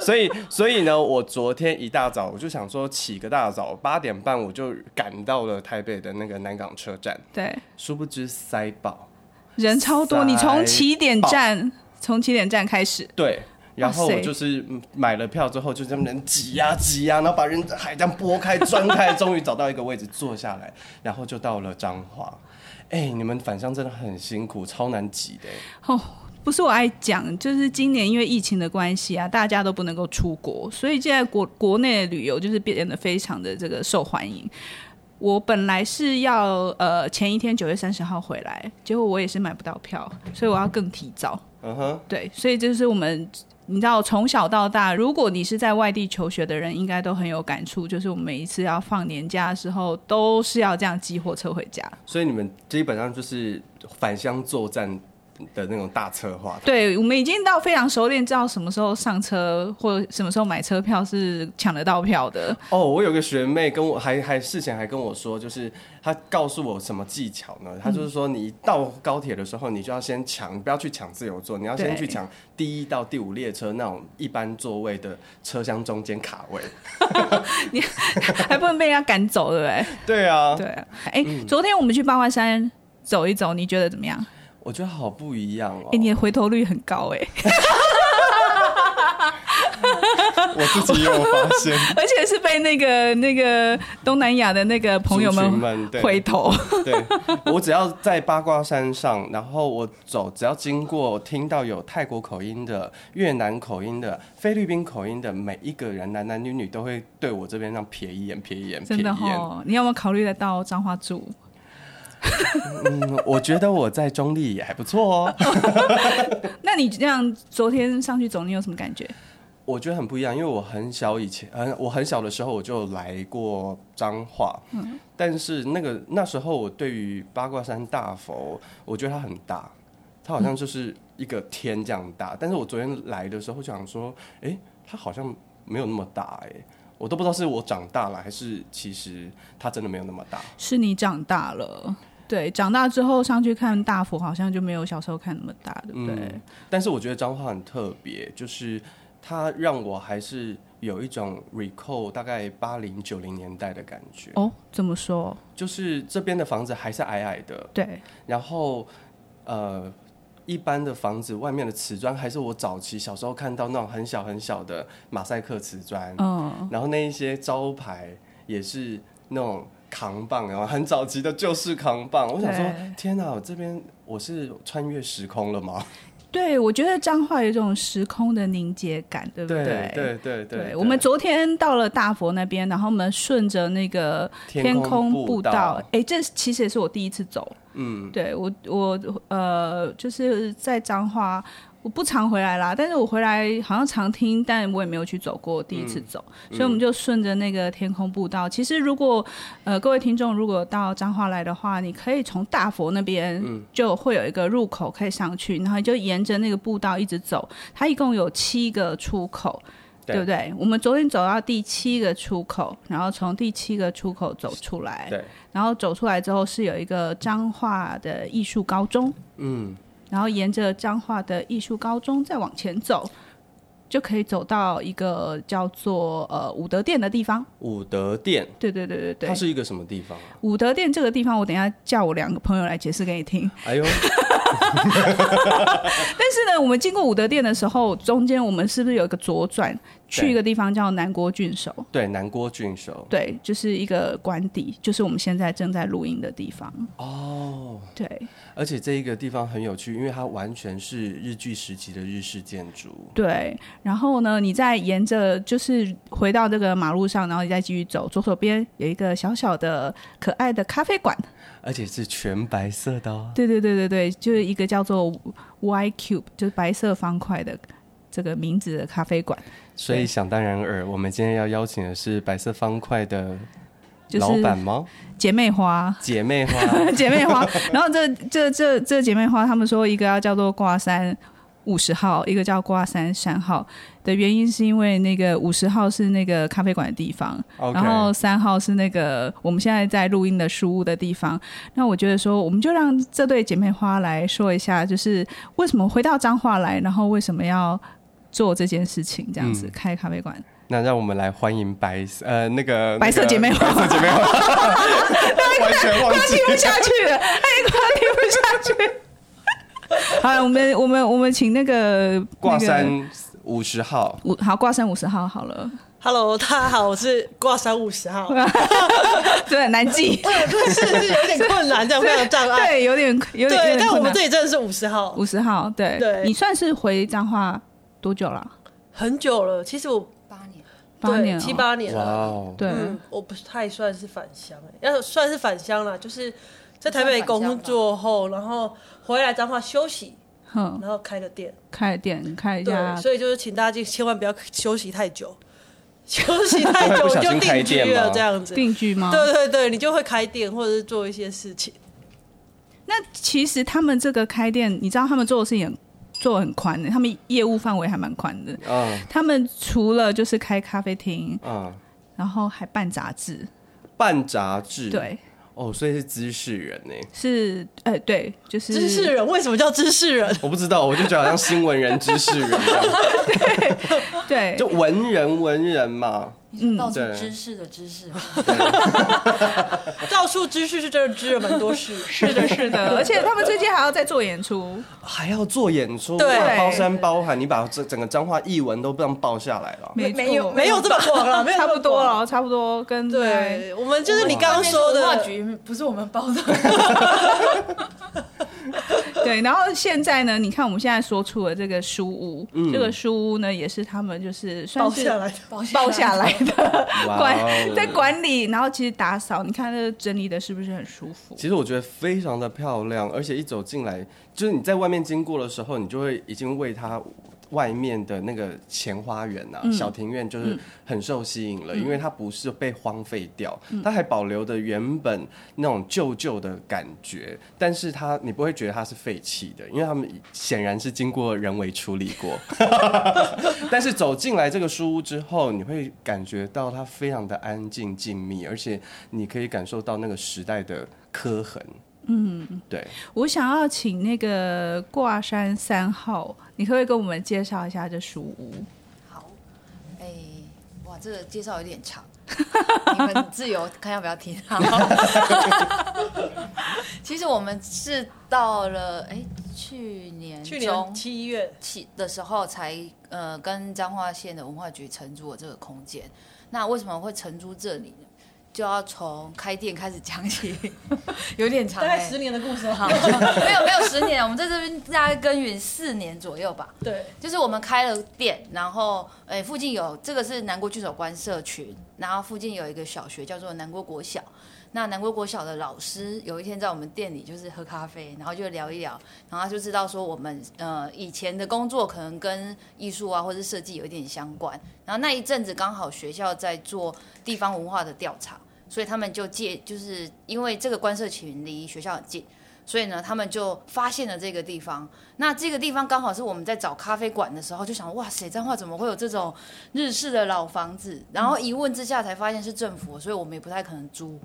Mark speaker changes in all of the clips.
Speaker 1: 所以所以呢，我昨天一大早我就想说起个大早，八点半我就赶到了台北的那个南港车站，
Speaker 2: 对，
Speaker 1: 殊不知塞爆。
Speaker 2: 人超多，你从起点
Speaker 1: 塞爆
Speaker 2: 站，从起点站开始，
Speaker 1: 对，然后
Speaker 2: 哇
Speaker 1: 我
Speaker 2: 塞
Speaker 1: 就是嗯买了票之后，就这么人挤呀、挤呀、然后把人海这样拨开、钻开，终于找到一个位置坐下来，然后就到了彰化。哎、你们返乡真的很辛苦，超难挤的、
Speaker 2: 哦，不是我爱讲，就是今年因为疫情的关系啊，大家都不能够出国，所以现在国国内的旅游就是变得非常的这个受欢迎。我本来是要呃前一天九月三十号回来，结果我也是买不到票，所以我要更提早。
Speaker 1: 嗯哼，
Speaker 2: 对，所以就是我们。你知道，从小到大，如果你是在外地求学的人，应该都很有感触。就是我们每一次要放年假的时候，都是要这样挤火车回家。
Speaker 1: 所以你们基本上就是返乡作战的那种大策划。
Speaker 2: 对，我们已经到非常熟练，知道什么时候上车或什么时候买车票是抢得到票 的。
Speaker 1: 哦，我有个学妹跟我还还事前还跟我说，就是她告诉我什么技巧呢？
Speaker 2: 嗯
Speaker 1: 她就是说，你到高铁的时候，你就要先抢，你不要去抢自由座，你要先
Speaker 2: 对
Speaker 1: 去抢第一到第五列车那种一般座位的车厢中间卡 位。
Speaker 2: 还不能被人家赶走，对不对？
Speaker 1: 对啊，
Speaker 2: 对，哎、昨天我们去八卦山走一走，你觉得怎么样？
Speaker 1: 我觉得好不一样哦
Speaker 2: 哎、。你的回头率很高哎、
Speaker 1: 我自己也有发现，
Speaker 2: 而且是被那个那个东南亚的那个 朋友
Speaker 1: 族群
Speaker 2: 们
Speaker 1: 们对
Speaker 2: 回头，
Speaker 1: 对，我只要在八卦山上，然后我走，只要经过听到有泰国口音的、越南口音的、菲律宾口音的，每一个人男男女女都会对我这边让瞥一眼、瞥一眼、瞥
Speaker 2: 真
Speaker 1: 一
Speaker 2: 的
Speaker 1: 眼。
Speaker 2: 哦。你有没有考虑得到彰化住？
Speaker 1: 嗯，我觉得我在中立也还不错哦，
Speaker 2: 那你这样昨天上去走，你有什么感觉？
Speaker 1: 我觉得很不一样，因为我很小以前，很我很小的时候我就来过彰化，但是那个那时候我对于八卦山大佛，我觉得它很大，它好像就是一个天这样大。但是我昨天来的时候就想说，诶，它好像没有那么大、诶，我都不知道是我长大了，还是其实它真的没有那么大。
Speaker 2: 是你长大了。对，长大之后上去看大佛，好像就没有小时候看那么大，对不对？
Speaker 1: 嗯，但是我觉得彰化很特别，就是它让我还是有一种 recall 大概八零九零年代的感觉，
Speaker 2: 哦，怎么说？
Speaker 1: 就是这边的房子还是矮矮的，
Speaker 2: 对，
Speaker 1: 然后呃，一般的房子外面的瓷砖还是我早期小时候看到那种很小很小的马赛克瓷砖，
Speaker 2: 嗯，
Speaker 1: 然后那一些招牌也是那种扛棒，然后很早期的旧式扛棒，我想
Speaker 2: 对
Speaker 1: 说天哪，我这边我是穿越时空了吗？
Speaker 2: 对，我觉得彰化有一种时空的凝结感，对不对
Speaker 1: 对对
Speaker 2: 对我们昨天到了大佛那边，然后我们顺着那个天空步
Speaker 1: 步
Speaker 2: 道，，哎，这其实也是我第一次走。嗯，对我我呃，就是在彰化，我不常回来啦，但是我回来好像常听，但我也没有去走过，第一次走，所以我们就顺着那个天空步道。其实如果呃各位听众如果到彰化来的话，你可以从大佛那边
Speaker 1: 嗯
Speaker 2: 就会有一个入口可以上去，然后你就沿着那个步道一直走，它一共有七个出口。
Speaker 1: 对
Speaker 2: 对不对？我们昨天走到第七个出口，然后从第七个出口走出来，
Speaker 1: 对，
Speaker 2: 然后走出来之后是有一个彰化的艺术高中，
Speaker 1: 嗯，
Speaker 2: 然后沿着彰化的艺术高中再往前走，就可以走到一个叫做呃武德殿的地方。
Speaker 1: 武德殿，
Speaker 2: 对对对对对，
Speaker 1: 它是一个什么地方啊？
Speaker 2: 武德殿这个地方，我等一下叫我两个朋友来解释给你听。
Speaker 1: 哎呦，
Speaker 2: 但是呢，我们经过武德殿的时候，中间我们是不是有一个左转，去一个地方叫南国郡守？
Speaker 1: 对，南郭郡守。
Speaker 2: 对，就是一个官邸，就是我们现在正在录音的地方。
Speaker 1: 哦，
Speaker 2: 对，
Speaker 1: 而且这一个地方很有趣，因为它完全是日据时期的日式建筑。
Speaker 2: 对，然后呢，你再沿着就是回到这个马路上，然后你再继续走，左手边有一个小小的可爱的咖啡馆。
Speaker 1: 而且是全白色的、哦，
Speaker 2: 对对对对对，就是一个叫做 Y Cube，就是白色方块的这个名字的咖啡馆，
Speaker 1: 所以想当然尔，我们今天要邀请的是白色方块的
Speaker 2: 就是
Speaker 1: 老板吗？
Speaker 2: 姐妹花。
Speaker 1: 姐妹花，
Speaker 2: 姐妹花，然后这这这这姐妹花，她们说一个要叫做挂山五十号，一个叫挂山三号的原因是因为那个五十号是那个咖啡馆的地方，
Speaker 1: OK
Speaker 2: 然后三号是那个我们现在在录音的书屋的地方。那我觉得说，我们就让这对姐妹花来说一下，就是为什么回到彰化来，然后为什么要做这件事情，这样子、开咖啡馆。
Speaker 1: 那让我们来欢迎白色呃那个
Speaker 2: 白色姐妹花
Speaker 1: 那个白色姐妹花，完全忘
Speaker 2: 快
Speaker 1: 记
Speaker 2: 听不下去了，哎，快听不下去。好了，我们我们我们请那个
Speaker 1: 挂
Speaker 2: 那个
Speaker 1: 山五十号。
Speaker 2: 五好挂山五十号 好了，
Speaker 3: Hello，大家好，我是挂山五十 号，
Speaker 2: 对，难记，
Speaker 3: 对，是是有点困难，这样非常障碍。
Speaker 2: 对，有点有点有
Speaker 3: 对，
Speaker 2: 点
Speaker 3: 但我
Speaker 2: 困
Speaker 3: 们
Speaker 2: 难
Speaker 3: 这。里真的是五十号，
Speaker 2: 五十号，对，
Speaker 3: 对
Speaker 2: 你算是回彰化多久了？
Speaker 3: 很久了。其实我
Speaker 4: 八年，
Speaker 2: 八
Speaker 3: 对
Speaker 2: 年了，
Speaker 3: 七八年
Speaker 1: 哇
Speaker 3: 了，
Speaker 1: 哦，
Speaker 2: 对，
Speaker 3: 嗯，我不太算是返乡、欸，要算是返乡啦，就是在台北工作后，然后回来彰化休息，
Speaker 2: 哼，
Speaker 3: 然后开个店。
Speaker 2: 开店开一
Speaker 3: 对，
Speaker 2: 家，
Speaker 3: 所以就是请大家千万不要休息太久，休息太
Speaker 1: 会
Speaker 3: 久你
Speaker 1: 不小
Speaker 3: 就
Speaker 1: 心开
Speaker 3: 定
Speaker 1: 店
Speaker 3: 居了
Speaker 1: 吗
Speaker 3: 这样子。
Speaker 2: 定居吗？
Speaker 3: 对对对，你就会开店或者是做一些事情。
Speaker 2: 那其实他们这个开店，你知道他们做的事情很做得很宽的，他们业务范围还蛮宽的。
Speaker 1: 嗯
Speaker 2: 他们除了就是开咖啡厅，
Speaker 1: 嗯，
Speaker 2: 然后还办杂志，
Speaker 1: 半杂志，
Speaker 2: 对，
Speaker 1: 哦，所以是知识人欸呢，
Speaker 2: 是，呃，对，就是
Speaker 3: 知识人为什么叫知识人？
Speaker 1: 我不知道，我就觉得好像新闻人、知识人这样，
Speaker 2: 对
Speaker 1: 就文人文人嘛，
Speaker 4: 你是到处
Speaker 1: 对
Speaker 4: 知识的知识，
Speaker 3: 嗯到处知识是真的知了蛮多事。是的，是
Speaker 2: 的，而且他们最近还要在做演出，
Speaker 1: 还要做演出，
Speaker 3: 对
Speaker 1: 哇包山包海，你把这整个彰化译文都这样报下来了。
Speaker 2: 没错
Speaker 3: 没有没有这么广了，没有
Speaker 2: 差
Speaker 3: 这么
Speaker 2: 不多
Speaker 3: 广。
Speaker 2: 了，差不多跟在
Speaker 3: 对，我们就是你刚刚说
Speaker 4: 文化
Speaker 3: 的，
Speaker 4: 局不是我们包 的，
Speaker 2: 对，然后现在呢，你看我们现在说出了这个书屋，这个书屋呢也是他们就是算
Speaker 3: 包
Speaker 2: 是
Speaker 3: 下 来的。
Speaker 4: 包
Speaker 2: 包下来的
Speaker 1: 哇哦
Speaker 2: 管在管理，然后其实打扫，你看这整理的是不是很舒服？
Speaker 1: 其实我觉得非常的漂亮，而且一走进来，就是你在外面经过的时候，你就会已经为它外面的那个前花园呐、小庭院，就是很受吸引了，因为它不是被荒废掉，它还保留的原本那种旧旧的感觉，但是它你不会觉得它是废弃的，因为他们显然是经过人为处理过。 但是走进来这个书屋之后，你会感觉到它非常的安静静谧，而且你可以感受到那个时代的刻痕。嗯，对，
Speaker 2: 我想要请那个挂山三号，你可不可以跟我们介绍一下这书屋？
Speaker 4: 好，哎、哇，这个介绍有点长， 你们自由看要不要听。好 其实我们是到了哎、去年
Speaker 3: 去
Speaker 4: 中
Speaker 3: 年七月，
Speaker 4: 起的时候才呃跟彰化县的文化局承租了这个空间。那为什么会承租这里呢？就要从开店开始 讲起，有点长、
Speaker 3: 大
Speaker 4: 欸，
Speaker 3: 概十年的故事
Speaker 4: 好，
Speaker 3: 哈。
Speaker 4: 没有没有十年，我们在这边大概耕耘四年左右吧。
Speaker 3: 对，
Speaker 4: 就是我们开了店，然后诶、附近有这个是南国郡守官社群，然后附近有一个小学叫做南国国小。那南国国小的老师有一天在我们店里就是喝咖啡，然后就聊一聊，然后他就知道说我们呃以前的工作可能跟艺术啊或者设计有一点相关。然后那一阵子刚好学校在做地方文化的调查，所以他们就借就是因为这个官社群离学校很近，所以呢他们就发现了这个地方，那这个地方刚好是我们在找咖啡馆的时候，就想哇塞，彰化怎么会有这种日式的老房子？然后一问之下才发现是政府，所以我们也不太可能租。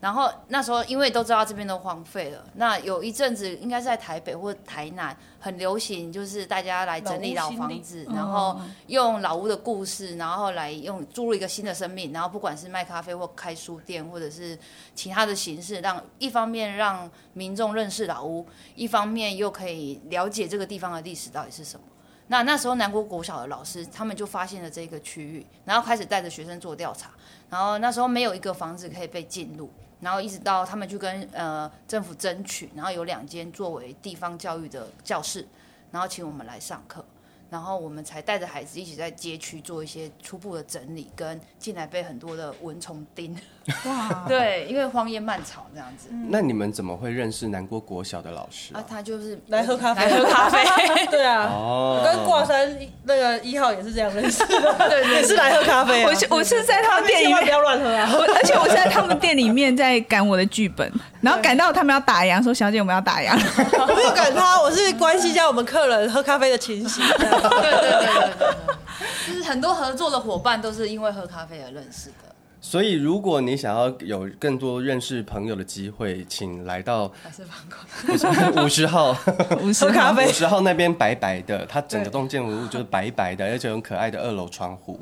Speaker 4: 然后那时候因为都知道这边都荒废了，那有一阵子应该是在台北或台南很流行，就是大家来整理
Speaker 3: 老
Speaker 4: 老
Speaker 3: 屋新
Speaker 4: 房
Speaker 3: 地
Speaker 4: 子，
Speaker 2: 嗯
Speaker 4: 然后用老屋的故事，然后来用注入一个新的生命，然后不管是卖咖啡或开书店，或者是其他的形式，让一方面让民众认识老屋，一方面又可以了解这个地方的历史到底是什么。那那时候南国国小的老师他们就发现了这个区域，然后开始带着学生做调查，然后那时候没有一个房子可以被进入。然后一直到他们去跟呃政府争取，然后有两间作为地方教育的教室，然后请我们来上课，然后我们才带着孩子一起在街区做一些初步的整理，跟进来被很多的蚊虫 叮，
Speaker 2: 哇，
Speaker 4: 对，因为荒烟蔓草这样子。
Speaker 1: 那你们怎么会认识南国国小的老师
Speaker 4: 啊
Speaker 1: 啊，？
Speaker 4: 他就是
Speaker 3: 来喝咖啡
Speaker 4: 来喝咖 啡，
Speaker 3: 对啊，
Speaker 1: 哦
Speaker 3: 我跟挂山一那个一号也是这样认 识的，
Speaker 4: 对
Speaker 3: 也
Speaker 4: 对
Speaker 3: 是
Speaker 4: 对，
Speaker 3: 来喝咖啡啊。
Speaker 2: 我是我是在他们店里
Speaker 3: 千万
Speaker 2: 面
Speaker 3: 不。要乱喝 啊！
Speaker 2: 我而且我是在他们店里面在赶我的剧本，然后赶到他们要打烊，说小姐我们要打烊，
Speaker 3: 我没有赶他，我是关心一下我们客人喝咖啡的情形。这样
Speaker 4: 对对对对对对，就是很多合作的伙伴都是因为喝咖啡而认识的。
Speaker 1: 所以如果你想要有更多认识朋友的机会，请来到
Speaker 4: 还是反过来
Speaker 1: 五十号。
Speaker 2: 五十
Speaker 3: 喝咖
Speaker 1: 五
Speaker 3: 啡
Speaker 1: 十号那边白白的，它整个栋建筑物就是白白 的，而且有很可爱的二楼窗户。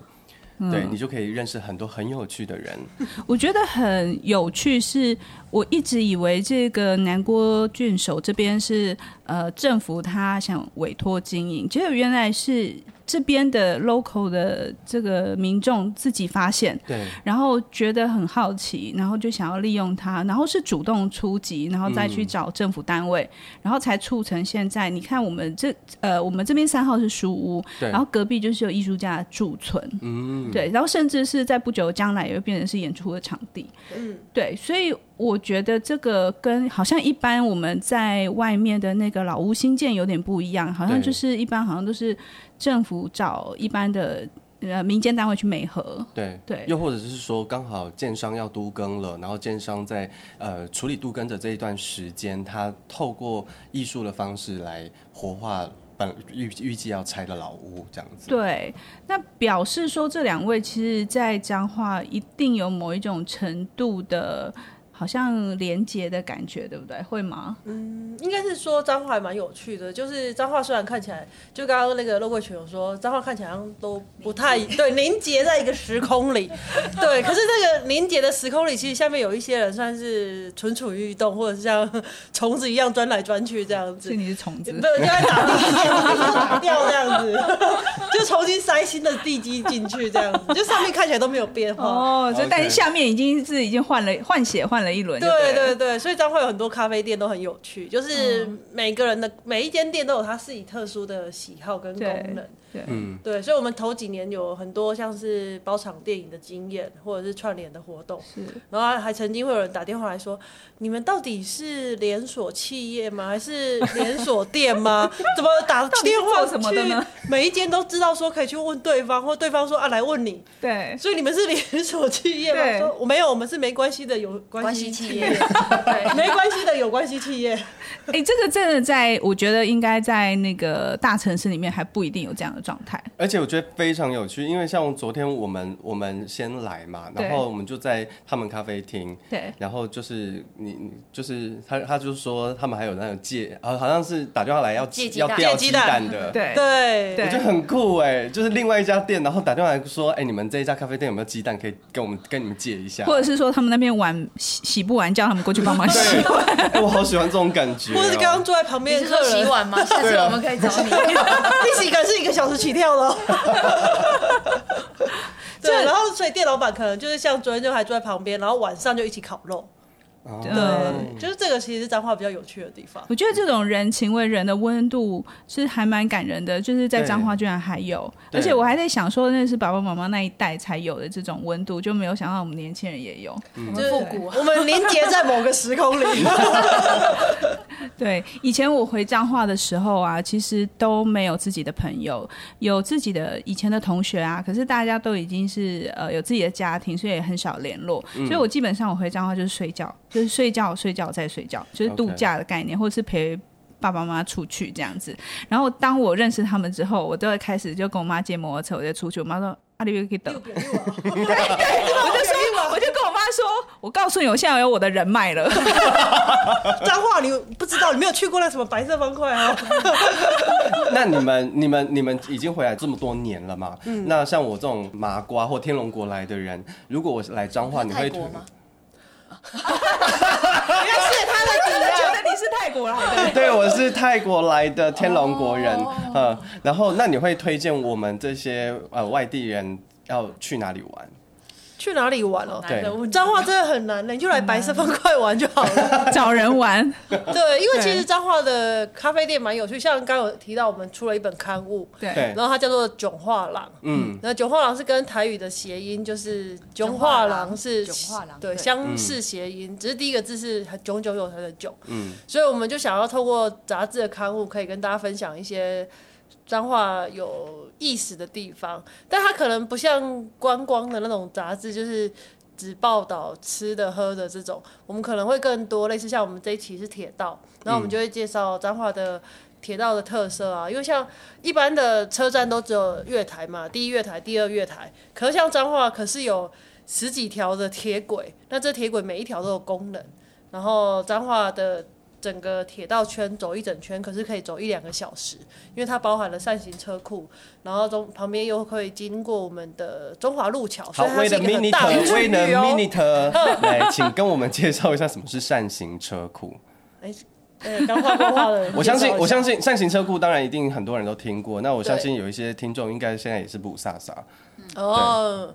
Speaker 1: 对你就可以认识很多很有趣的人，
Speaker 2: 我觉得很有趣是，我一直以为这个南郭郡守这边是呃政府他想委托经营，结果原来是这边的 local 的这个民众自己发现，
Speaker 1: 对，
Speaker 2: 然后觉得很好奇，然后就想要利用它，然后是主动出击，然后再去找政府单位，然后才促成现在。你看我们这呃，我们这边三号是书屋，
Speaker 1: 对
Speaker 2: 然后隔壁就是有艺术家的驻村，嗯，对，然后甚至是在不久的将来也会变成是演出的场地，嗯，对，所以我觉得这个跟好像一般我们在外面的那个老屋新建有点不一样，好像
Speaker 1: 对
Speaker 2: 就是一般好像都是政府找一般的。呃，民间单位去媒合，
Speaker 1: 对
Speaker 2: 对
Speaker 1: 又或者是说，刚好建商要都更了，然后建商在呃处理都更的这一段时间，他透过艺术的方式来活化本预预计要拆的老屋，这样子。，
Speaker 2: 对，那表示说这两位其实，在彰化一定有某一种程度的，好像连结的感觉，对不对？会吗？
Speaker 3: 应该是说脏话还蛮有趣的，就是脏话虽然看起来，就刚刚那个肉桂群有说脏话看起来好像都不太对，凝结在一个时空里，对。可是这个凝结的时空里，其实下面有一些人算是蠢蠢欲动，或者是像虫子一样钻来钻去这样子
Speaker 2: 是。你是虫
Speaker 3: 不
Speaker 2: 子，
Speaker 3: 就在打地基，打掉这样子， 就重新塞新的地基进去这样子，就上面看起来都没有变化。
Speaker 2: 哦，就
Speaker 1: OK
Speaker 2: 但是下面已经是已经换了换血换了一轮，
Speaker 3: 对
Speaker 2: 对
Speaker 3: 对对，所以彰化有很多咖啡店都很有趣，就是
Speaker 2: 嗯
Speaker 3: 每个人的每一间店都有它自己特殊的喜好跟功能。
Speaker 2: 对
Speaker 1: 嗯，
Speaker 3: 对，所以我们头几年有很多像是包场电影的经验，或者是串联的活动，
Speaker 2: 是
Speaker 3: 然后还曾经会有人打电话来说：“你们到底是连锁企业吗？还是连锁店吗？ 怎么打
Speaker 2: 底是
Speaker 3: 电话
Speaker 2: 做什么的呢
Speaker 3: 去每一间都知道说可以去问对方，或对方说啊来问你，
Speaker 2: 对。
Speaker 3: 所以你们是连锁企业
Speaker 2: 对
Speaker 3: 吗？说我没有，我们是没关系的有
Speaker 4: 关
Speaker 3: 关
Speaker 4: 系
Speaker 3: 系
Speaker 4: 企
Speaker 3: 企
Speaker 4: 业
Speaker 3: 业。”，
Speaker 4: 对，
Speaker 3: 没关系的，有关系企业。
Speaker 2: 哎、这个真的在，我觉得应该在那个大城市里面还不一定有这样的状态。
Speaker 1: 而且我觉得非常有趣，因为像昨天我们我们先来嘛，
Speaker 2: 对
Speaker 1: 然后我们就在他们咖啡厅，
Speaker 2: 对，
Speaker 1: 然后就是你，你就是他，他就说他们还有那种借，啊，好像是打电话来要
Speaker 4: 借鸡
Speaker 1: 要
Speaker 4: 蛋
Speaker 1: 掉
Speaker 3: 借
Speaker 1: 鸡
Speaker 3: 鸡蛋
Speaker 1: 蛋 的，，
Speaker 2: 对，
Speaker 3: 对
Speaker 2: 对
Speaker 1: 我觉得很酷哎，就是另外一家店，然后打电话来说，哎，你们这一家咖啡店有没有鸡蛋可以跟我们跟你们借一下？
Speaker 2: 或者是说他们那边碗洗洗不完，叫他们过去帮忙洗。
Speaker 1: 哎， 我好喜欢这种感觉哦，
Speaker 3: 或者是刚刚坐在旁
Speaker 4: 你
Speaker 3: 边
Speaker 4: 是
Speaker 3: 的
Speaker 4: 说
Speaker 3: 客
Speaker 4: 洗
Speaker 3: 人，
Speaker 4: 碗吗？下次
Speaker 1: 对啊
Speaker 4: 我们可以找你。
Speaker 3: 利息可能是一个小时起跳 了。对，然后所以店老板可能就是像昨天就还坐在旁边，然后晚上就一起烤肉。
Speaker 1: 哦
Speaker 2: 对
Speaker 3: 对，
Speaker 4: 嗯
Speaker 3: 就是这个其实是彰化比较有趣的地方。
Speaker 2: 我觉得这种人情味、人的温度是还蛮感人的，就是在
Speaker 1: 对
Speaker 2: 彰化居然还有，
Speaker 1: 对
Speaker 2: 而且我还在想说那是爸爸妈妈那一代才有的这种温度，就没有想到我们年轻人也有。
Speaker 4: 我
Speaker 3: 就是
Speaker 4: 们复古，啊
Speaker 3: 我们凝结在某个时空里。
Speaker 2: 对，以前我回彰化的时候啊，其实都没有自己的朋友，有自己的以前的同学啊，可是大家都已经是呃有自己的家庭，所以也很少联络。所以我基本上我回彰化就是睡觉，就是睡觉、睡觉再睡觉，就是度
Speaker 1: OK
Speaker 2: 假的概念，或者是陪。爸爸妈妈出去这样子，然后当我认识他们之后，我都会开始就跟我妈借摩托车，我就出去。我妈说：“阿里可以等。”我就说：“我就跟我妈说：“我告诉你，我现在有我的人脉了。
Speaker 3: 脏话你不知道，你没有去过那什么白色方块哦。
Speaker 1: 哦那你们、你们、你们已经回来这么多年了嘛？那像我这种麻瓜或天龙国来的人，如果我来彰化，你
Speaker 4: 泰
Speaker 1: 会
Speaker 4: 国吗？
Speaker 3: 原来是他的
Speaker 2: 真的觉得你是泰国来的，
Speaker 1: 对，我是泰国来的天龙国人，呃，然后那你会推荐我们这些呃外地人要去哪里 玩？嗯
Speaker 3: 去哪里玩哦？
Speaker 1: 对
Speaker 3: 我脏话真的很难的，你就来白色方块玩就好了。
Speaker 2: 找人玩。
Speaker 3: 对，因为其
Speaker 2: 对
Speaker 3: 实彰化的咖啡店蛮有趣，像刚刚有提到，我们出了一本刊物，
Speaker 1: 对
Speaker 2: 对，
Speaker 3: 然后它叫做《囧画廊》。
Speaker 1: 嗯，
Speaker 3: 那囧画廊是跟台语的谐音，就是囧画廊是
Speaker 4: 囧画廊
Speaker 3: 对
Speaker 4: 对
Speaker 3: 相似谐音，只是第一个字是囧九九才的囧，
Speaker 1: 嗯，
Speaker 3: 所以我们就想要透过杂志的刊物，可以跟大家分享一些彰化有意思的地方，但它可能不像观光的那种杂志，就是。只报道吃的喝的这种，我们可能会更多类似像我们这一期是铁道，然后
Speaker 1: 嗯
Speaker 3: 我们就会介绍彰化的铁道的特色啊，因为像一般的车站都只有月台嘛，第一月台、第二月台，可是像彰化可是有十几条的铁轨，那这铁轨每一条都有功能，然后彰化的整个铁道圈走一整圈，可是可以走一两个小时，因为它包含了扇形车库，然后中旁边又可以经过我们的中华路桥，
Speaker 1: 好
Speaker 3: 所以它
Speaker 1: ，Wait
Speaker 3: 是
Speaker 1: a
Speaker 3: 一个很大的
Speaker 1: minute，Wait
Speaker 3: 区域
Speaker 1: a
Speaker 3: 哦。
Speaker 1: minute，来，请跟我们介绍一下什么是扇形 车库。
Speaker 3: 对，刚画过画的人
Speaker 1: 我相
Speaker 3: 介
Speaker 1: 信
Speaker 3: 绍一，下
Speaker 1: 我相信扇形车库当然一定很多人都听过，那我相
Speaker 3: 对
Speaker 1: 信有一些听众应该现在也是不飒飒。
Speaker 3: 哦，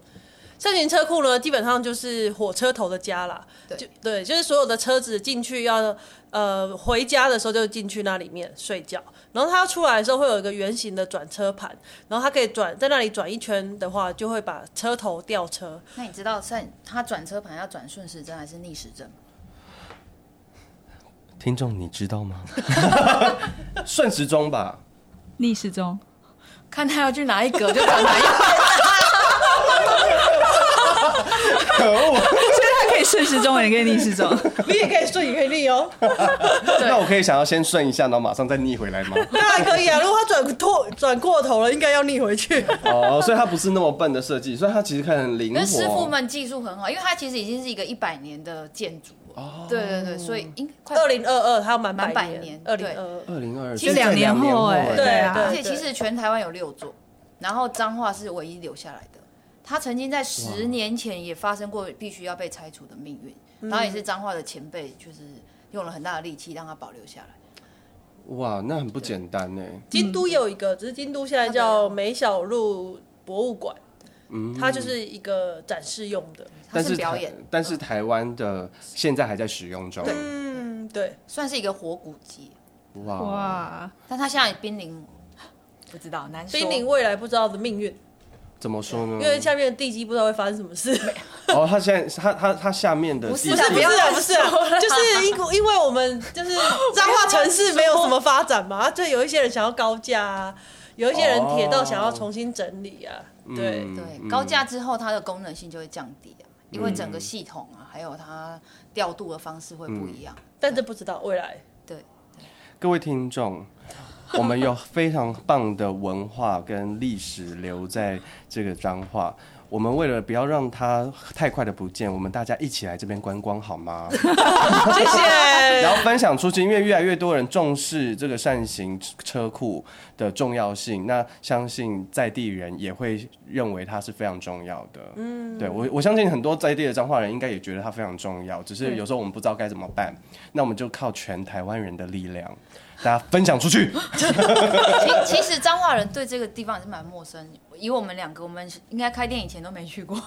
Speaker 3: 三型车库呢，基本上就是火车头的家啦。
Speaker 4: 对
Speaker 3: 就对，就是所有的车子进去要呃回家的时候就进去那里面睡觉，然后它要出来的时候会有一个圆形的转车盘，然后它可以转在那里转一圈的话，就会把车头吊车。
Speaker 4: 那你知道算他转车盘要转顺时针还是逆时针吗？
Speaker 1: 听众你知道吗？ 顺时钟吧，
Speaker 2: 逆时钟，
Speaker 4: 看他要去哪一格就转哪一格。
Speaker 1: 可恶！
Speaker 2: 所以它可以顺时钟，也可以逆时钟。
Speaker 3: 你也可以顺，也可以逆 哦，
Speaker 1: 那我可以想要先顺一下，然后马上再逆回 来吗？
Speaker 3: 当然可以啊。如果它转过转过头了，应该要逆回去。
Speaker 1: 哦，所以它不是那么笨的设计，所以它其实看很灵活。
Speaker 4: 可是师傅们技术很好，因为它其实已经是一个一百年的建筑了。
Speaker 1: 哦
Speaker 4: 对对对，所以应该 快
Speaker 3: 二零二二，它要满
Speaker 4: 满百
Speaker 3: 年
Speaker 4: 年，
Speaker 3: 二零
Speaker 4: 对
Speaker 3: 二二。
Speaker 1: 二零二
Speaker 2: 就两年后哎、
Speaker 3: 对
Speaker 2: 啊，
Speaker 3: 对
Speaker 4: 而且其实全台湾有六座，然后彰化是唯一留下来的。他曾经在十年前也发生过必须要被拆除的命运，然后也是彰化的前辈，就是用了很大的力气让它保留下来。
Speaker 1: 哇，那很不简单哎呢。
Speaker 3: 京都也有一个，只是京都现在叫美小路博物馆，
Speaker 1: 嗯
Speaker 3: 它就是一个展示用的。
Speaker 4: 它
Speaker 1: 但
Speaker 4: 是
Speaker 1: 是
Speaker 4: 表
Speaker 1: 台
Speaker 4: 演，嗯
Speaker 1: 但是台湾的现在还在使用中。
Speaker 3: 嗯，对，
Speaker 4: 算是一个活古迹，
Speaker 1: 哇，
Speaker 2: 哇，
Speaker 4: 但它现在濒临不知道难说。
Speaker 3: 濒临未来不知道的命运，
Speaker 1: 嗯怎么说呢
Speaker 3: 因？为下面的地基不知道会发生什么事。
Speaker 1: 哦，它现在它它它下面的
Speaker 4: 不是
Speaker 1: 地嗯
Speaker 3: 不是
Speaker 4: 不
Speaker 3: 不
Speaker 4: 要
Speaker 3: 是
Speaker 4: 乱
Speaker 3: 不是啊
Speaker 4: 说，啦
Speaker 3: 就是因因为我们就是彰化城市没有什么发展 嘛，就有一些人想要高架啊，有一些人铁道想要重新整理啊，
Speaker 1: 嗯
Speaker 3: 对。
Speaker 4: 对高架之后，它的功能性就会降低啊，因为整个系统啊，还有它调度的方式会不一样。
Speaker 3: 但这不知道未来，
Speaker 1: 各位听众，我们有非常棒的文化跟历史留在这个彰化。我们为了不要让它太快的不见，我们大家一起来这边观光好吗？
Speaker 3: 谢谢。
Speaker 1: 然后分享出去，因为越来越多人重视这个扇形车库的重要性，那相信在地人也会认为它是非常重要的。嗯，对我我相信很多在地的彰化人应该也觉得它非常重要，只是有时候我们不知道该怎么办，那我们就靠全台湾人的力量，大家分享出去。
Speaker 4: 其其实彰化人对这个地方也是蛮陌生。以我们两个，我们应该开店以前都没去过。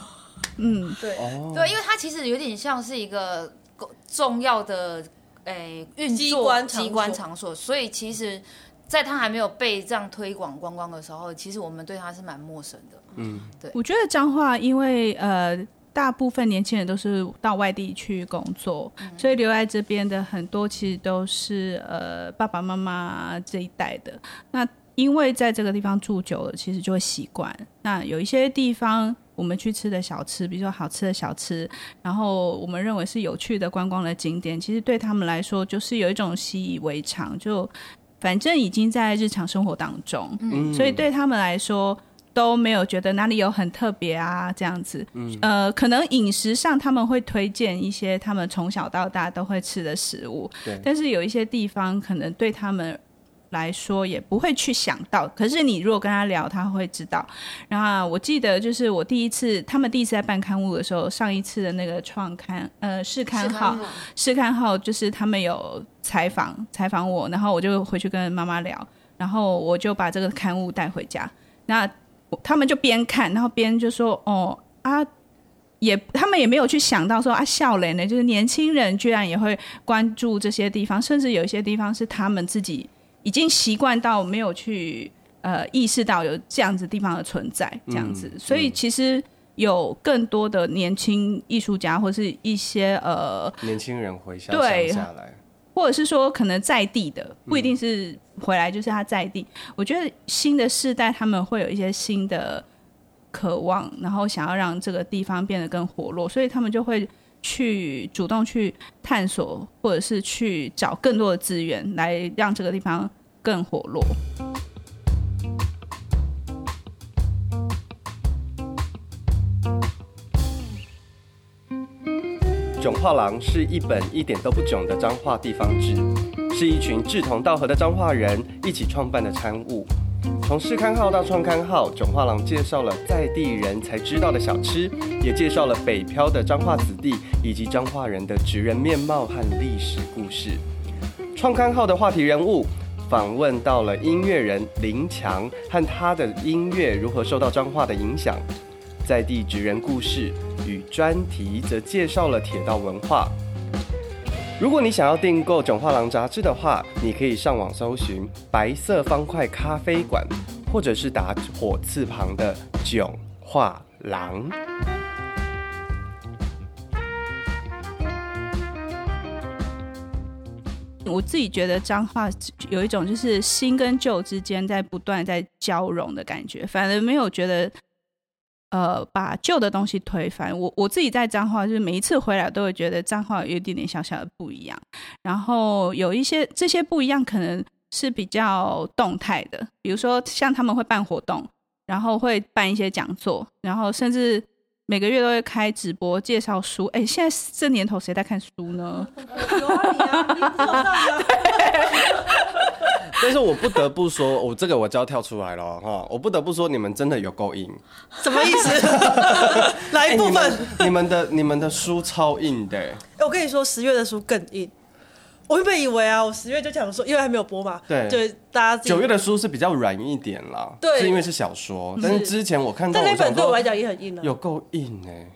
Speaker 2: 嗯，
Speaker 3: 对，
Speaker 4: 对，因为它其实有点像是一个公重要的诶运
Speaker 3: 机
Speaker 4: 作
Speaker 3: 关场
Speaker 4: 机关
Speaker 3: 所
Speaker 4: 场所，所以其实。在它还没有被这样推广观光的时候，其实我们对它是蛮陌生的。
Speaker 2: 我觉得彰化，因为呃，大部分年轻人都是到外地去工作，所以留在这边的很多其实都是呃爸爸妈妈这一代的。那因为在这个地方住久了，其实就会习惯。那有一些地方。我们去吃的小吃，比如说好吃的小吃，然后我们认为是有趣的观光的景点，其实对他们来说就是有一种习以为嗯常，就反正已经在日常生活当中，所以对他们来说，都没有觉得哪里有很特别啊，这样子。呃，可能饮食上他们会推荐一些他们从小到大都会吃的食物，
Speaker 1: 对
Speaker 2: 但是有一些地方可能对他们来说也不会去想到。可是你如果跟他聊，他会知道。然后我记得就是我第一次，他们第一次在办刊物的时候，上一次的那个创刊呃试刊号，试看号就是他们有采访采访我，然后我就回去跟妈妈聊，然后我就把这个刊物带回家。那我他们就边看，然后边就说：“哦啊，也他们也没有去想到说啊，笑脸呢，就是年轻人居然也会关注这些地方，甚至有一些地方是他们自己已经习惯到没有去呃意识到有这样子地方的存在，这样子。所以其实有更多的年轻艺术家或是一些呃
Speaker 1: 年轻人回乡
Speaker 2: 对
Speaker 1: 乡下来，
Speaker 2: 或者是说可能在地的，不一定是回来，就是他在地。我觉得新的世代他们会有一些新的渴望，然后想要让这个地方变得更活络，所以他们就会去主动去探索，或者是去找更多的资源来让这个地方更活络。
Speaker 1: 囧画廊是一本一点都不囧的彰化地方志，是一群志同道合的彰化人一起创办的刊物。从试刊号到创刊号，囧画廊介绍了在地人才知道的小吃，也介绍了北漂的彰化子弟以及彰化人的职人面貌和历史故事。创刊号的话题人物访问到了音乐人林强和他的音乐如何受到彰化的影响。在地职人故事与专题则介绍了铁道文化。如果你想要订购《囧画廊》杂志的话，你可以上网搜寻“白色方块咖啡馆”，或者是打火字旁的“囧画廊”。
Speaker 2: 我自己觉得彰化有一种就是新跟旧之间在不断在交融的感觉，反而没有觉得呃把旧的东西推翻。我我自己在彰化，就是每一次回来都会觉得彰化有一点点小小的不一样，然后有一些这些不一样可能是比较动态的，比如说像他们会办活动，然后会办一些讲座，然后甚至。每个月都会开直播介绍书，哎、现在这年头谁在看书呢？
Speaker 3: 有啊，你啊，你啊不是有上吗？
Speaker 1: 但是我不得不说，我、这个我就要跳出来了哈！我不得不说，你们真的有够硬。 哎
Speaker 3: 什么意 思？来一部哎分。
Speaker 1: 你们你们的你们的书超硬的、
Speaker 3: 欸我跟你说，十月的书更硬。我原本以为啊，我十月就想说，因为还没有播嘛，
Speaker 1: 对
Speaker 3: 就是大家自己
Speaker 1: 九月，的书是比较软一点啦，
Speaker 3: 对嗯
Speaker 1: 是因为是小说。但是之前我看到，
Speaker 3: 但那
Speaker 1: 我想
Speaker 3: 本对我
Speaker 1: 说
Speaker 3: 来讲也很硬啊。
Speaker 1: 有够硬 哎、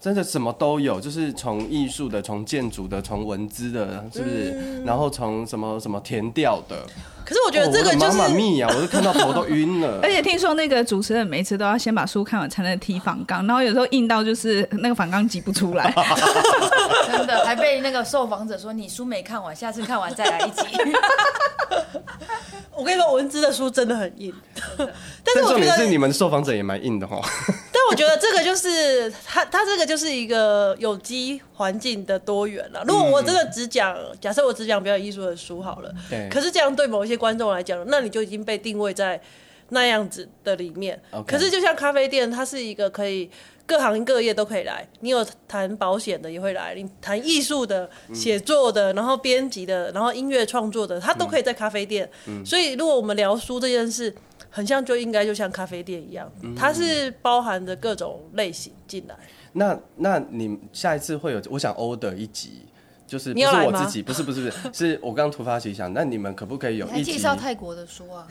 Speaker 1: 真的什么都有，就是从艺术的、从建筑的、从文字的，是不是？然后从什么什么填调的，
Speaker 3: 可嗯是我觉得这个
Speaker 1: 哦
Speaker 3: 就
Speaker 1: 我的
Speaker 3: 是哎
Speaker 1: 妈妈咪呀、我都看到头都晕 了
Speaker 2: 而。且听说那个主持人每次都要先把书看完才能踢反纲，然后有时候硬到就是那个反纲挤不出来。
Speaker 4: 真的还被那个受访者说你书没看完，下次看完再来一集。
Speaker 3: 我跟你说，文字的书真的很硬。 但是
Speaker 1: 但
Speaker 3: 我
Speaker 1: 重
Speaker 3: 觉
Speaker 1: 点是
Speaker 3: 得，
Speaker 1: 你们受访者也蛮硬的哦哈，
Speaker 3: 但我觉得这个就是它，它这个就是一个有机环境的多元 了。如果我真的只讲，假设我只讲表演艺术的书好了，
Speaker 1: 对
Speaker 3: 可是这样对某一些观众来讲，那你就已经被定位在那样子的里面。
Speaker 1: OK
Speaker 3: 可是就像咖啡店，它是一个可以各行各业都可以来，你有谈保险的也会来，你谈艺术的、写作的，然后编辑的，然后音乐创作的，它都可以在咖啡店。
Speaker 1: 嗯
Speaker 3: 所以如果我们聊书这件事，很像就应该就像咖啡店一样，它是包含着各种类型进来。
Speaker 1: 那那你下一次会有，我想 order 一集。就是不
Speaker 3: 你
Speaker 1: 是
Speaker 3: 要来
Speaker 1: 我
Speaker 3: 吗
Speaker 1: 自己，不是不是不 是，是我刚突发奇想。那你们可不可以有
Speaker 4: 你还
Speaker 1: 一
Speaker 4: 介
Speaker 1: 集？
Speaker 4: 绍泰国的书啊？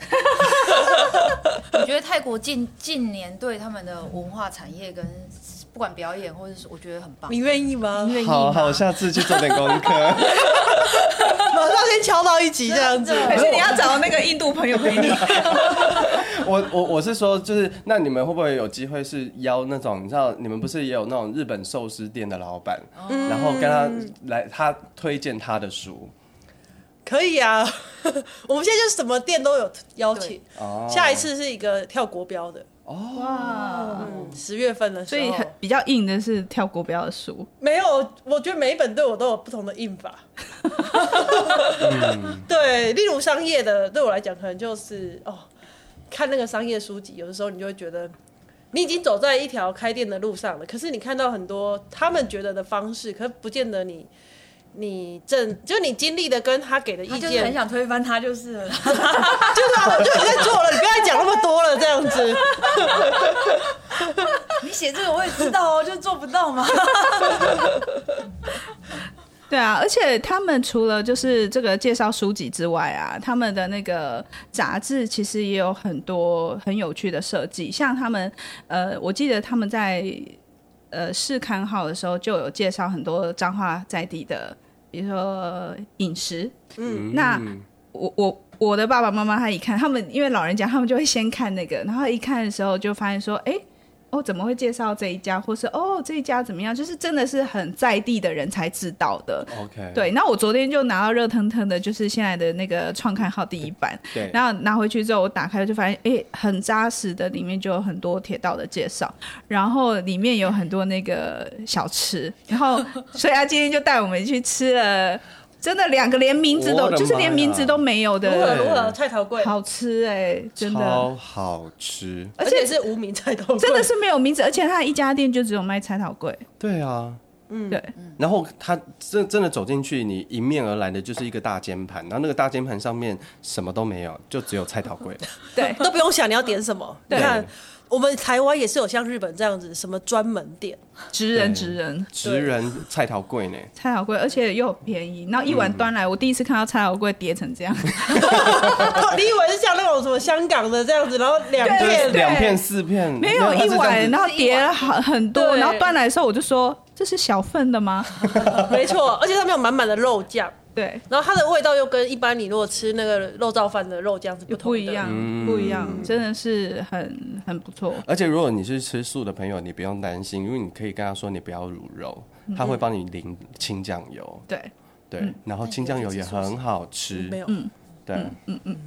Speaker 4: 我觉得泰国近近年对他们的文化产业跟不管表演或者是我觉得很棒
Speaker 3: 你。愿意吗？
Speaker 4: 你愿意
Speaker 1: 好
Speaker 4: 吗？
Speaker 1: 好，下次去做点功课。
Speaker 3: 马上先敲到一集这样子。
Speaker 2: 可是你要找那个印度朋 友陪你，
Speaker 1: 我我我是说，就是那你们会不会有机会是邀那种你知道你们不是也有那种日本寿司店的老板，
Speaker 2: 哦
Speaker 1: 然后跟他
Speaker 2: 嗯
Speaker 1: 来他推荐他的书
Speaker 3: 可以啊， 我们现在就是什么店都有邀请。
Speaker 1: 哦，
Speaker 3: 下一次是一个跳国标的，
Speaker 2: 哇！
Speaker 3: 嗯，十月份的时
Speaker 2: 所
Speaker 3: 候。
Speaker 2: 以很比较硬的是跳国标的书，
Speaker 3: 没有，我觉得每一本对我都有不同的印法。对，例如商业的，对我来讲可能就是哦，看那个商业书籍，有的时候你就会觉得。你已经走在一条开店的路上了，可是你看到很多他们觉得的方式，可不见得你你正就你经历的跟他给的
Speaker 4: 他
Speaker 3: 意
Speaker 4: 就是很
Speaker 3: 见，
Speaker 4: 想推翻他就是了啦。
Speaker 3: 就是啊，我就已经在做了，你不要再讲那么多了，这样子。
Speaker 4: 你写这个我也知道哦，就做不到嘛。
Speaker 2: 对啊，而且他们除了就是这个介绍书籍之外啊，他们的那个杂志其实也有很多很有趣的设计，像他们呃，我记得他们在呃试刊号的时候就有介绍很多彰化在地的，比如说饮食，嗯，那我我我的爸爸妈妈他一看，他们因为老人家他们就会先看那个，然后一看的时候就发现说，哎。哦，怎么会介绍这一家，或是哦这一家怎么样？就是真的是很在地的人才知道的。
Speaker 1: OK，
Speaker 2: 对，那我昨天就拿到热腾腾的，就是现在的那个创刊号第一版，
Speaker 1: 对，
Speaker 2: 然后拿回去之后，我打开就发现，哎，很扎实的，里面就有很多铁道的介绍，然后里面有很多那个小吃，然后所以他今天就带我们去吃了，真的两个连名字
Speaker 1: 我
Speaker 2: 都
Speaker 1: 的
Speaker 2: 就是
Speaker 1: 妈
Speaker 2: 连
Speaker 1: 呀
Speaker 2: 名字都没有
Speaker 3: 如何
Speaker 2: 的
Speaker 1: 对
Speaker 3: 如何菜头贵，
Speaker 2: 好吃哎、真的。
Speaker 1: 超好吃。
Speaker 3: 而且是无名菜头贵，
Speaker 2: 真的是没有名字，而且他一家店就只有卖菜桃粿，
Speaker 1: 对啊，嗯
Speaker 2: 对。
Speaker 1: 然后他真真的走进去，你迎面而来的就是一个大煎盘，然后那个大煎盘上面什么都没有，就只有菜桃 粿。
Speaker 2: 对
Speaker 3: 都不用想你要点什么。你
Speaker 2: 对
Speaker 3: 看，我们台湾也是有像日本这样子什么专门 店，
Speaker 2: 职人
Speaker 1: 对
Speaker 2: 职人
Speaker 1: 直人菜桃粿呢？
Speaker 2: 菜桃粿，而且又便宜，然后一碗端来，我第一次看到菜桃粿叠成这样，
Speaker 3: 你哦以为是像那种什么香港的这样子，然后两
Speaker 2: 对
Speaker 1: 就是
Speaker 3: 片
Speaker 1: 两片四片，
Speaker 2: 没有
Speaker 1: 它是
Speaker 2: 一
Speaker 1: 这样
Speaker 2: 碗，
Speaker 1: 子
Speaker 2: 然后叠了很很多，
Speaker 3: 对
Speaker 2: 然后端来的时候我就说这是小份的吗？
Speaker 3: 没错，而且上面有满满的肉酱，
Speaker 2: 对，
Speaker 3: 然后它的味道又跟一般你如果吃那个肉燥饭的肉酱是不同
Speaker 2: 不
Speaker 3: 的
Speaker 2: 一样，
Speaker 1: 嗯
Speaker 2: 不一样，真的是很很不错。
Speaker 1: 而且如果你是吃素的朋友，你不用担心，因为你可以跟他说你不要乳肉，
Speaker 2: 嗯
Speaker 1: 他会帮你淋清酱油。
Speaker 2: 对嗯
Speaker 1: 对，然后清酱油也很好吃。
Speaker 3: 没有，
Speaker 1: 对，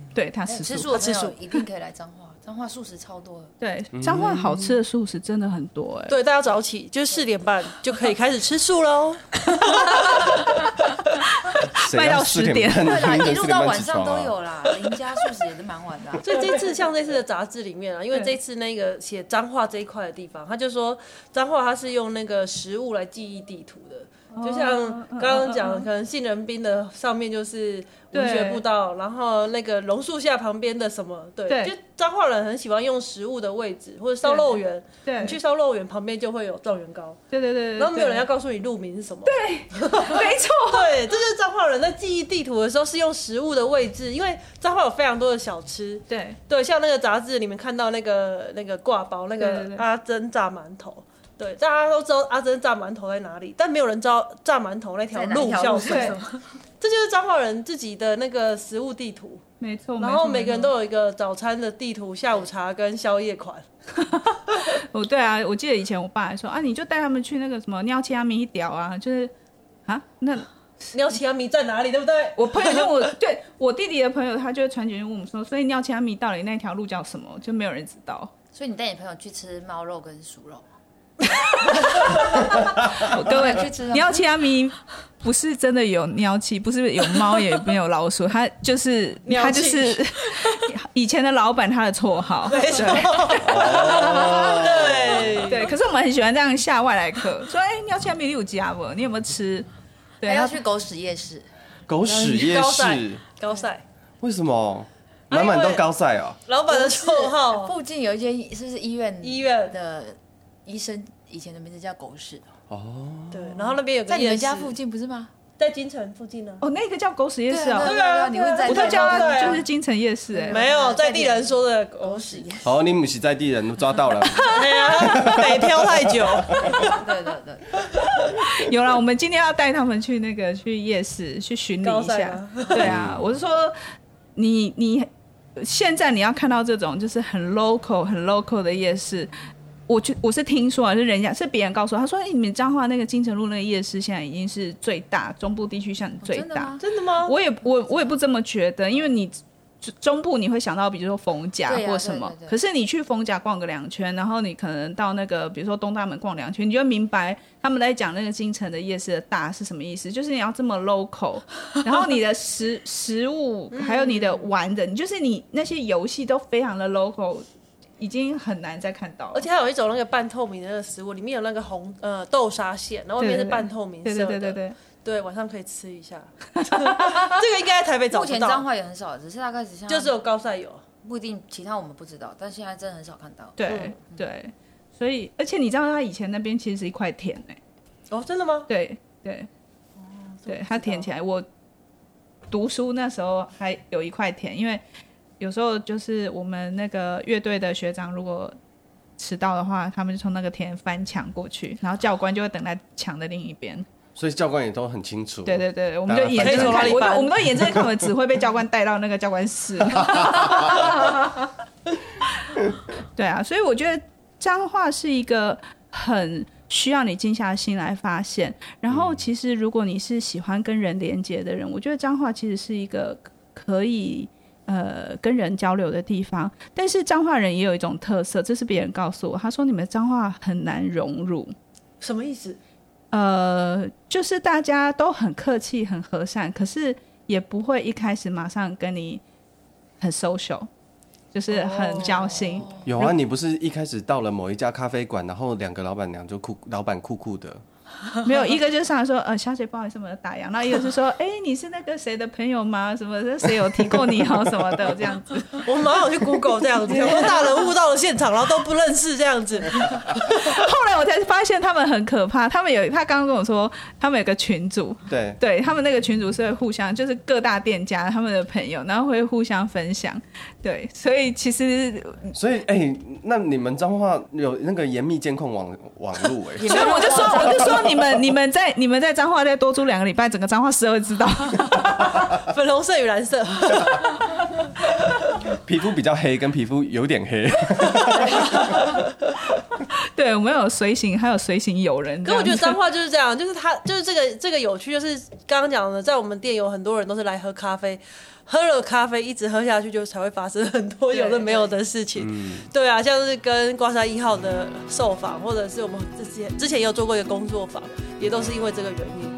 Speaker 2: 对，它
Speaker 3: 哎
Speaker 2: 是
Speaker 4: 吃
Speaker 2: 素，
Speaker 4: 素的朋
Speaker 3: 吃素
Speaker 4: 友一定可以来彰化，彰化素食超多 的。
Speaker 2: 对，彰化好吃的素食真的很多哎。
Speaker 3: 对，大家早起，就是四点半就可以开始吃素喽。
Speaker 1: 谁
Speaker 2: 卖到
Speaker 1: 要四
Speaker 2: 10点
Speaker 1: 半
Speaker 4: 对啦，
Speaker 1: 凌晨
Speaker 4: 一路到晚
Speaker 1: 4点
Speaker 4: 上
Speaker 1: 半起床啊
Speaker 4: 都有啦，邻家素食也是蛮晚的啊、
Speaker 3: 所以这次像这次的杂志里面啊，因为
Speaker 2: 对
Speaker 3: 这次那个写彰化这一块的地方，他就说彰化它是用那个食物来记忆地图的。
Speaker 2: 哦
Speaker 3: 就
Speaker 2: 嗯
Speaker 3: 像刚刚讲的，可能杏仁冰的上面就是文学步道，然后那个榕树下旁边的什么，对，
Speaker 2: 对
Speaker 3: 就彰化人很喜欢用食物的位置或者烧肉圆，
Speaker 2: 对，
Speaker 3: 你去烧肉圆旁边就会有状元糕，
Speaker 2: 对对
Speaker 3: 嗯
Speaker 2: 对，
Speaker 3: 然后没有人要告诉你路名是什么，
Speaker 2: 诉，没错，
Speaker 3: 对，这就是彰化人在记忆地图的时候是用食物的位置，因为彰化有非常多的小吃，
Speaker 2: 对
Speaker 3: 对，像那个杂志里面看到那个那个挂包，那
Speaker 2: 对
Speaker 3: 个
Speaker 2: 对对
Speaker 3: 阿珍炸馒头，对，大家都知道阿珍炸馒头在哪里，但没有人知道炸馒头那条
Speaker 4: 在哪
Speaker 3: 路
Speaker 4: 条
Speaker 3: 叫
Speaker 4: 路
Speaker 3: 什
Speaker 2: 对
Speaker 3: 么。，这就是彰化人自己的那个食物地图，
Speaker 2: 没错。
Speaker 3: 然
Speaker 2: 没错
Speaker 3: 后每个人都有一个早餐的地图、下午茶跟宵夜款。
Speaker 2: 哦，对啊，我记得以前我爸还说啊，你就带他们去那个什么尿气阿米一屌啊，就是啊， 那
Speaker 3: 鸟奇阿米在哪里？对不 对？
Speaker 2: 我朋友跟我 对我弟弟的朋友，他就会传简讯问我们说，所以尿气阿米到底那条路叫什么？就没有人知道。
Speaker 4: 所以你带你朋友去吃猫肉跟鼠 肉，
Speaker 2: 各位
Speaker 4: 去吃啊
Speaker 2: 尿气阿米不是真的有尿气，不是有猫也没有老鼠，它就是
Speaker 3: 尿
Speaker 2: 它
Speaker 3: 气
Speaker 2: 就是 以前的老板他的 绰号。
Speaker 3: 没错，对
Speaker 2: 对，可是我们很喜欢这样下外来客，说哎，尿气阿米有家不？你有没有吃？
Speaker 4: 还
Speaker 2: 对，
Speaker 4: 要
Speaker 2: 他
Speaker 4: 去狗屎夜 市，
Speaker 1: 狗屎夜
Speaker 3: 高
Speaker 2: 哎
Speaker 3: 赛
Speaker 1: 市，
Speaker 3: 高赛，
Speaker 1: 为什么满满都高赛哦？
Speaker 3: 老板的绰
Speaker 4: 不是
Speaker 3: 号，
Speaker 4: 附近有一间是不是医院
Speaker 3: 医院
Speaker 4: 的医生以前的名字叫狗屎，
Speaker 2: 哦
Speaker 1: 哦
Speaker 3: 对，然后那边有个
Speaker 4: 在你
Speaker 3: 夜
Speaker 4: 们
Speaker 3: 市
Speaker 4: 家附，近不是吗？
Speaker 3: 在金城附近呢。
Speaker 2: 哦，那个叫狗屎夜市
Speaker 4: 对
Speaker 2: 哦，
Speaker 3: 啊
Speaker 4: 啊，你会在
Speaker 2: 我都叫
Speaker 3: 对
Speaker 2: 它
Speaker 3: 啊
Speaker 2: 就是京城夜市哎。
Speaker 3: 没有在地人说的狗 屎
Speaker 4: 屎，
Speaker 1: 好，你母系在地人抓到了，
Speaker 3: 哎呀，北漂太久，
Speaker 4: 对对对，
Speaker 2: 有啦，我们今天要带他们去那个去夜市去巡礼
Speaker 3: 高
Speaker 2: 一
Speaker 3: 赛
Speaker 2: 下
Speaker 3: 吗。
Speaker 2: 对啊，我是说，你你现在你要看到这种就是很 local 很 local 的夜市。我去，我是听说啊，是人家是别人告诉我，他说：“哎、你们彰化那个金城路那个夜市现在已经是最大，中部地区像最
Speaker 4: 哦真的
Speaker 2: 大。
Speaker 4: 吗？
Speaker 3: 真的吗？
Speaker 2: 我也我我也不这么觉得，因为你中中部你会想到，比如说逢甲
Speaker 4: 对啊
Speaker 2: 或什么
Speaker 4: 对对，对
Speaker 2: 可是你去逢甲逛个两圈，然后你可能到那个比如说东大门逛两圈，你就会明白他们在讲那个京城的夜市的大是什么意思，就是你要这么 local，然后你的食食物还有你的玩的，你就是你那些游戏都非常的 local，已经很难再看到了
Speaker 3: 而。且还有一种那个半透明的那个食物，里面有那个红呃豆沙馅，然后外面是半透明
Speaker 2: 对
Speaker 3: 色的，
Speaker 2: 对对对对，
Speaker 3: 对晚上可以吃一下。这个应该在台北找
Speaker 4: 目
Speaker 3: 不
Speaker 4: 前彰
Speaker 3: 到，
Speaker 4: 化也很少，只是大概只像
Speaker 3: 就只有高赛有。
Speaker 4: 不一定，其他我们不知道，但现在真的很少看到。
Speaker 2: 对对，所以而且你知道，他以前那边其实是一块田呢、
Speaker 3: 哦，真的吗？
Speaker 2: 对对对，它田起
Speaker 3: 来。
Speaker 2: 来。我读书那时候还有一块田，因为有时候就是我们那个乐队的学长如果迟到的话，他们就从那个田翻墙过去，然后教官就会等在墙的另一边。
Speaker 1: 所以教官也都很清楚。
Speaker 2: 对对对，我们就
Speaker 1: 大家
Speaker 2: 眼睁睁
Speaker 3: 翻
Speaker 2: 看，
Speaker 3: 墙
Speaker 2: 我们我们都眼睁睁看我们只会被教官带到那个教官室。 对啊，所以我觉得脏话是一个很需要你静下心来发现。然后，其实如果你是喜欢跟人连接的人，我觉得脏话其实是一个可以。呃，跟人交流的地方，但是彰化人也有一种特色，这是别人告诉我，他说你们彰化很难融入，
Speaker 3: 什么意思？
Speaker 2: 呃，就是大家都很客气、很和善，可是也不会一开始马上跟你很 social，就是很交心。
Speaker 1: 有啊，你不是一开始到了某一家咖啡馆，然后两个老板娘就酷，老板酷酷的，
Speaker 2: 没有一个就上来说，呃，小姐不好意思，我们打烊。然后一个就说，哎、你是那个谁的朋友吗？什么谁有提过你哦什么的这样子。
Speaker 3: 我们马上去 Google 这样子，很多大人物到了现场，然后都不认识这样子。
Speaker 2: 后来我才发现他们很可怕，他们有他刚刚跟我说，他们有个群组，
Speaker 1: 对，
Speaker 2: 对他们那个群主是会互相，就是各大店家他们的朋友，然后会互相分享。对，所以其实
Speaker 1: 所以哎、那你们彰化有那个严密监控网网路哎、
Speaker 2: 所以我就说，我就说你们你们在你们在彰化再多住两个礼拜，整个彰化市都会知道。
Speaker 3: 粉红色与蓝色，
Speaker 1: 皮肤比较黑，跟皮肤有点黑，
Speaker 2: 对，我们有随行，还有随行友人这
Speaker 3: 可我
Speaker 2: 样子。
Speaker 3: 觉得彰化就是这样， 就是他就是这个这个有趣，就是刚刚讲的，在我们店有很多人都是来喝咖啡，喝了咖啡一直喝下去，就才会发生很多
Speaker 2: 对
Speaker 3: 有的没有的事情。
Speaker 2: 嗯
Speaker 3: 对啊，像是跟刮痧一号的受访，或者是我们之前之前也有做过一个工作坊，也都是因为这个原因。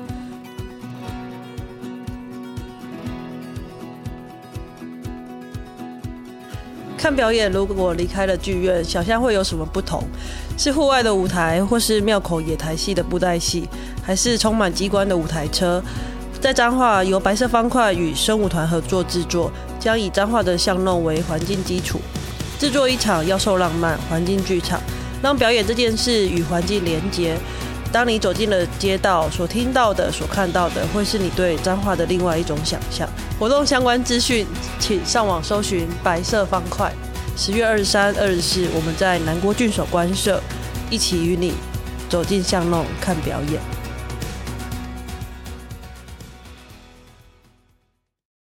Speaker 3: 看表演，如果离开了剧院，小象会有什么不同？是户外的舞台，或是庙口野台戏的布袋戏，还是充满机关的舞台车？在彰化，由白色方块与生舞团合作制作，将以彰化的巷弄为环境基础，制作一场妖兽浪漫环境剧场，让表演这件事与环境连结。当你走进了街道，所听到的、所看到的，会是你对彰化的另外一种想象。活动相关资讯，请上网搜寻“白色方块”。十月二十三、二十四，我们在南郭郡守官舍，一起与你走进巷弄看表演。